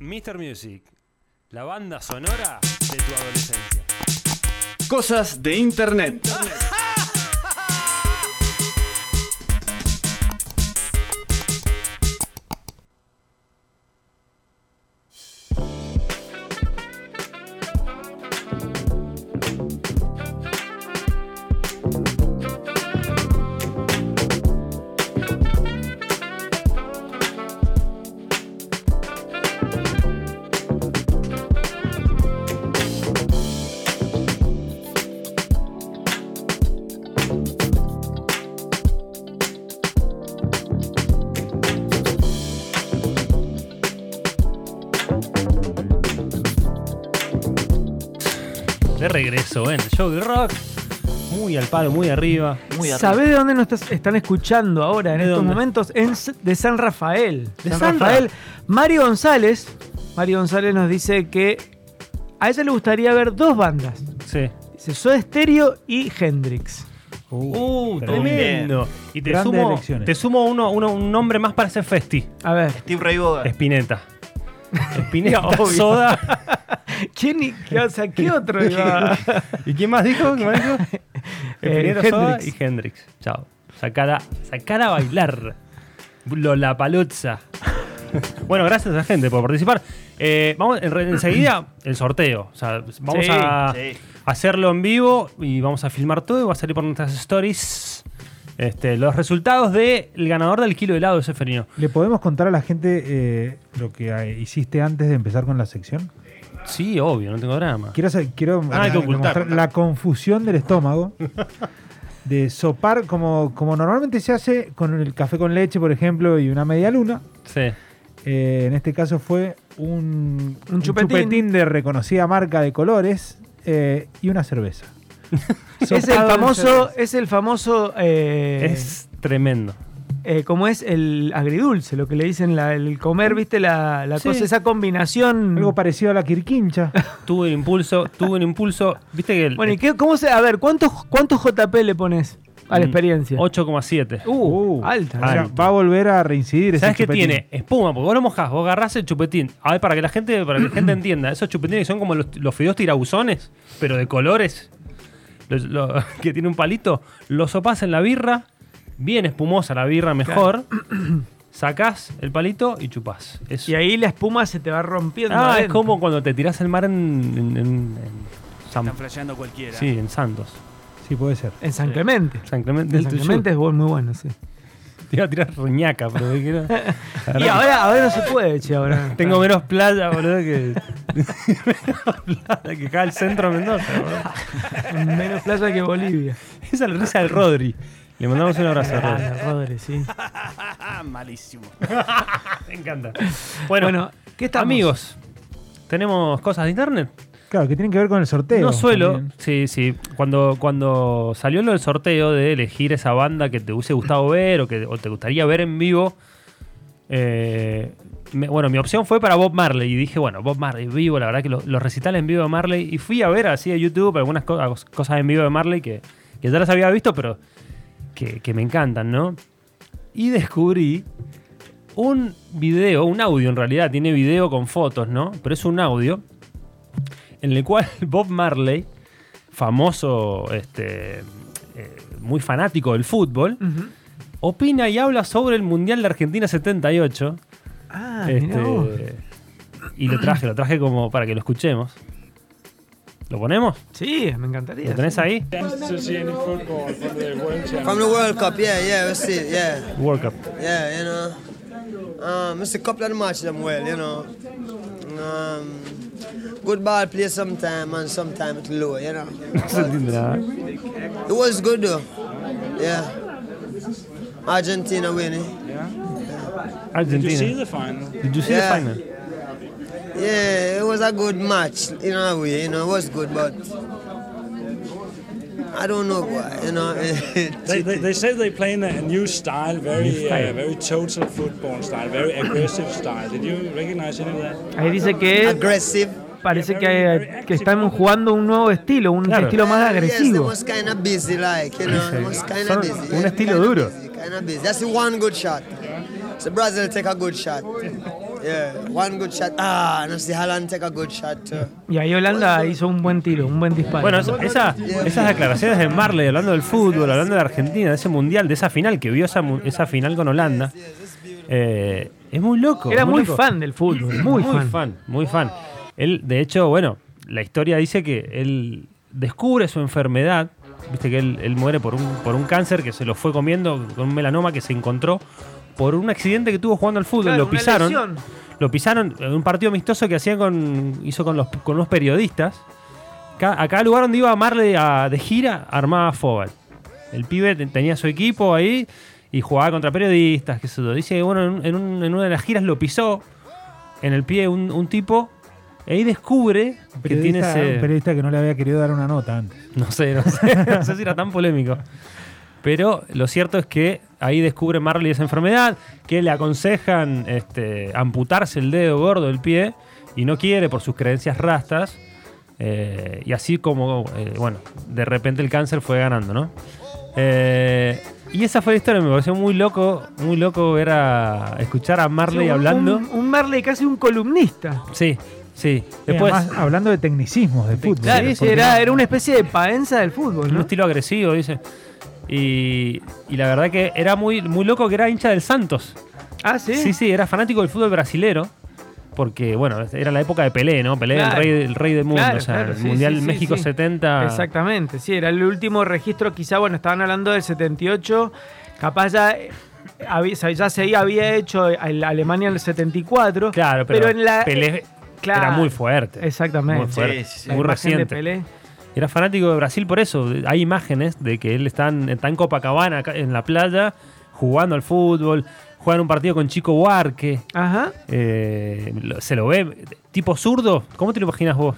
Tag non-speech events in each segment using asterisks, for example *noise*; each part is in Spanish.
Mr. Music, la banda sonora de tu adolescencia. Cosas de Internet. De regreso en Joey Rock. Muy al palo, muy arriba. Muy arriba. ¿Sabés de dónde nos estás- están escuchando ahora en ¿De estos dónde? momentos? En S- de San Rafael. De San San, Rafa- Rafael. Mario González. Mario González nos dice que a ella le gustaría ver dos bandas. Sí. Dice Soda Stereo y Hendrix. Uh, tremendo. tremendo. Y te Grandes sumo, elecciones. te sumo uno, uno- un nombre más para hacer festi. A ver, Steve Ray Vaughan. Espineta. Espineta, Obvio. soda. *laughs* ¿quién, y- qué, o sea, *laughs* ¿qué otro iba? ¿Y quién más dijo? ¿Quién más dijo? Espineta, soda y Eh, Hendrix. Eh, Hendrix. Chao. Sacar a bailar. Lola *laughs* Paluzza. Bueno, gracias a la gente por participar. Eh, vamos en re- *clears throat* enseguida el sorteo. O sea, vamos Sí, a sí. hacerlo en vivo y vamos a filmar todo y va a salir por nuestras stories este, los resultados del ganador del kilo de helado de Seferino. ¿Le podemos contar a la gente eh, lo que eh, hiciste antes de empezar con la sección? Sí, obvio, no tengo drama. Quiero, hacer- quiero Ah, hay que eh, ocultar, mostrar ocultar. la confusión del estómago. De sopar como, como normalmente se hace con el café con leche, por ejemplo, y una media luna. Sí. Eh, en este caso fue un, Un chupetín. de reconocida marca de colores eh, y una cerveza. Es el Sopado de famoso, cerveza. es el famoso, eh, Es tremendo. eh, como es el agridulce, lo que le dicen la- el comer, viste, la, la Sí. cosa, esa combinación. Mm. Algo parecido a la *laughs* quirquincha. Tuve un impulso, tuve un impulso. ¿Viste que el Bueno, ¿y qué, cómo se, a ver, cuántos, cuántos JP le pones a la Mm, experiencia? 8,7? Uh, Uh, alta. O sea, Alto. va a volver a reincidir ese ¿Sabes qué chupetín. tiene? Espuma, porque vos lo mojás, vos agarrás el chupetín. A ver, para que la gente, para que la *clears throat* gente entienda, esos chupetines que son como los, los fideos tirabuzones, pero de colores, los- *laughs* lo- que tiene un palito, lo sopás en la birra, bien espumosa la birra, *clears throat* mejor. Sacás el palito y chupás. Es- Y ahí la espuma se te va rompiendo. ah, es adentro. como cuando te tirás al mar en, en- en- en San- Están flasheando cualquiera. sí, en Santos. Sí, puede ser. En San Clemente. San Clemente del En San Tuyú. Clemente es bu- muy bueno, sí. *laughs* Te iba a tirar ruñaca, pero que era- Y ahora, ahora no se puede, che, ahora. *laughs* Tengo menos playa, boludo, que. *laughs* menos playa que acá el centro de Mendoza, boludo. menos playa que Bolivia. Esa es la risa del Rodri. Le mandamos un abrazo a Rodri. Ah, Rodri, sí. Ah, *laughs* malísimo. Me encanta. Bueno, Bueno, ¿qué estamos? amigos, ¿tenemos cosas de internet? Claro, que tienen que ver con el sorteo. no suelo. también. Sí, sí. Cuando, cuando salió lo del sorteo de elegir esa banda que te hubiese gustado ver o que o te gustaría ver en vivo. eh, me- bueno, mi opción fue para Bob Marley y dije, bueno, Bob Marley vivo, la verdad que lo- los recitales en vivo de Marley y fui a ver así a YouTube algunas co- cos- cosas en vivo de Marley que, que ya las había visto, pero que, que me encantan, ¿no? Y descubrí un video, un audio en realidad, tiene video con fotos, ¿no? Pero es un audio en el cual *laughs* Bob Marley, famoso, este, eh, muy fanático del fútbol, Ujú. opina y habla sobre el Mundial de Argentina 78. Ah, mirá vos. Este, y lo traje, lo traje como para que lo escuchemos. ¿Lo ponemos? Sí, me encantaría. ¿Lo tenés sí. ahí? From the World Cup, yeah, yeah, that's it, yeah, World Cup. yeah, you know. Um, it's a couple of the match them well, you know. Um, good ball play sometime and sometime it's low, you know. *laughs* No se entiende nada. It was good though, yeah. Argentina eh? winning. Argentina. Did you see the Yeah. final? Yeah, it was a good match, you know, we, you know, it was good, but I don't know why, you know. *laughs* They, they, they say they play in a new style, very Uh, very total football style, very aggressive style. Did you recognize any of that? Ahí dice que Aggressive. parece que, que están jugando un nuevo estilo, un Claro. estilo más Yes, they agresivo. was kind of busy, like, you know, they was kind of Son busy. un yeah, estilo kinda duro. busy, kinda busy. That's the one good shot. So Brazil take a good shot. Yeah, one good shot. Ah, and I see Haaland take a good shot too. Y ahí Holanda hizo un buen tiro, un buen disparo. Bueno, esa- esa- esas declaraciones de Marley hablando del fútbol, hablando de la Argentina, de ese mundial, de esa final que vio esa, mu- esa final con Holanda, eh, es muy loco. era muy loco. fan del fútbol, muy, fan. muy fan. Él, de hecho, bueno, la historia dice que él descubre su enfermedad. Viste que él, él muere por un, por un cáncer que se lo fue comiendo con un melanoma que se encontró por un accidente que tuvo jugando al fútbol. Claro, lo una pisaron. lesión. Lo pisaron en un partido amistoso que hacían con. hizo con los con unos periodistas. Ca- A cada lugar donde iba a Marley a- de gira, armaba Fobal. El pibe te- tenía su equipo ahí y jugaba contra periodistas, que se lo dice. Bueno, en, un- en un- en una de las giras lo pisó en el pie un, un tipo. Y ahí descubre Un que tiene periodista- Un ese. periodista que no le había querido dar una nota antes. No sé, no sé, *laughs* no sé si era tan polémico. Pero lo cierto es que ahí descubre Marley esa enfermedad, que le aconsejan este, amputarse el dedo gordo del pie y no quiere por sus creencias rastas. Eh, y así como, eh, bueno, de repente el cáncer fue ganando, ¿no? Eh, y esa fue la historia, me pareció muy loco, muy loco ver a escuchar a Marley Un- hablando. Un, un Marley casi un columnista. Sí, sí. Y Después, además, hablando de tecnicismos de fútbol. Claro, porque era, era una especie de paenza del fútbol, un ¿no? estilo agresivo, dice. Y, y la verdad que era muy, muy loco que era hincha del Santos. Ah, sí. Sí, sí, era fanático del fútbol brasilero. Porque, bueno, era la época de Pelé, ¿no? Pelé, Claro. el, rey, el rey del mundo. Claro, o sea, claro, el sí, Mundial sí, sí, México sí. 70. Exactamente, sí, era el último registro, quizá, bueno, estaban hablando del 78, capaz ya, eh, había- ya se había hecho en la Alemania en el 74. Claro, pero, en la, eh, Pelé claro. era muy fuerte. Exactamente. Muy fuerte. Sí, sí. La Muy imagen de reciente. Pelé. Era fanático de Brasil por eso. Hay imágenes de que él está en, está en Copacabana, acá en la playa, jugando al fútbol. Juegan un partido con Chico Huarque. Ajá. Eh, lo- se lo ve. Tipo zurdo. ¿Cómo te lo imaginas vos?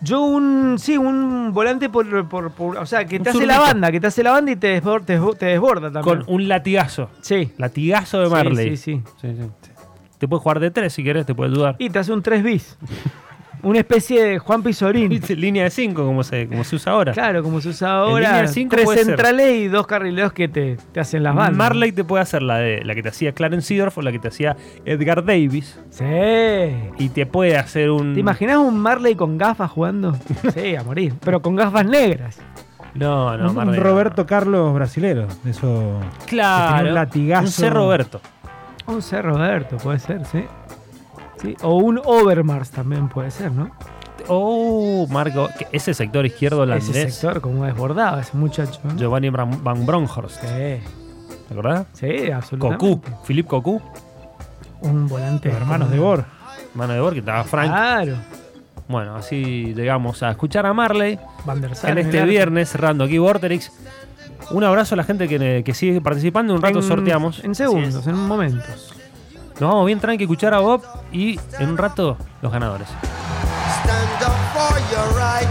Yo un, sí, un volante por, por- por- o sea, que Un te hace la zurdito. banda, que te hace la banda y te desborda, te, desbo- te desborda Con también. un latigazo. sí. Latigazo de Sí, Marley. Sí, sí, Te puedes jugar de tres si querés, te puedes dudar. Y te hace un 3 bis. Una especie de Juan Pizorín. Viste, *laughs* Línea de 5, como se, como se usa ahora. Claro, como se usa En ahora. línea de cinco Tres puede ser. centrales y dos carrileros que te, te hacen las bandas. Marley te puede hacer la de la que te hacía Clarence Seedorf o la que te hacía Edgar Davis. Sí. ¿Te Y te puede hacer un. imaginas un Marley con gafas *laughs* jugando? Sí, a morir. Pero con gafas negras. No, no, un- un Marley. no. Roberto Carlos brasilero. de Eso. que tenía Claro. un latigazo. Un C. Roberto. Un C. Roberto, puede ser, sí. Sí, O un Overmars también puede ser, ¿no? Oh, Marco. que Ese sector izquierdo holandés. Ese sector como desbordaba ese muchacho. ¿no? Giovanni Bram- Van Bronhorst. Sí, ¿Te acordás? sí, absolutamente. Cocu. Philippe Cocu. Un volante. Los hermanos de Bor. Mano de Bor, que estaba Frank. Claro. Bueno, así llegamos a escuchar a Marley. Van der Sar en el este arco. viernes, Rando aquí Vorterix. Un abrazo a la gente que, que sigue participando. Un rato En- sorteamos. En segundos, en un momento. Nos vamos bien tranqui a escuchar a Bob y en un rato los ganadores. Stand up for your right.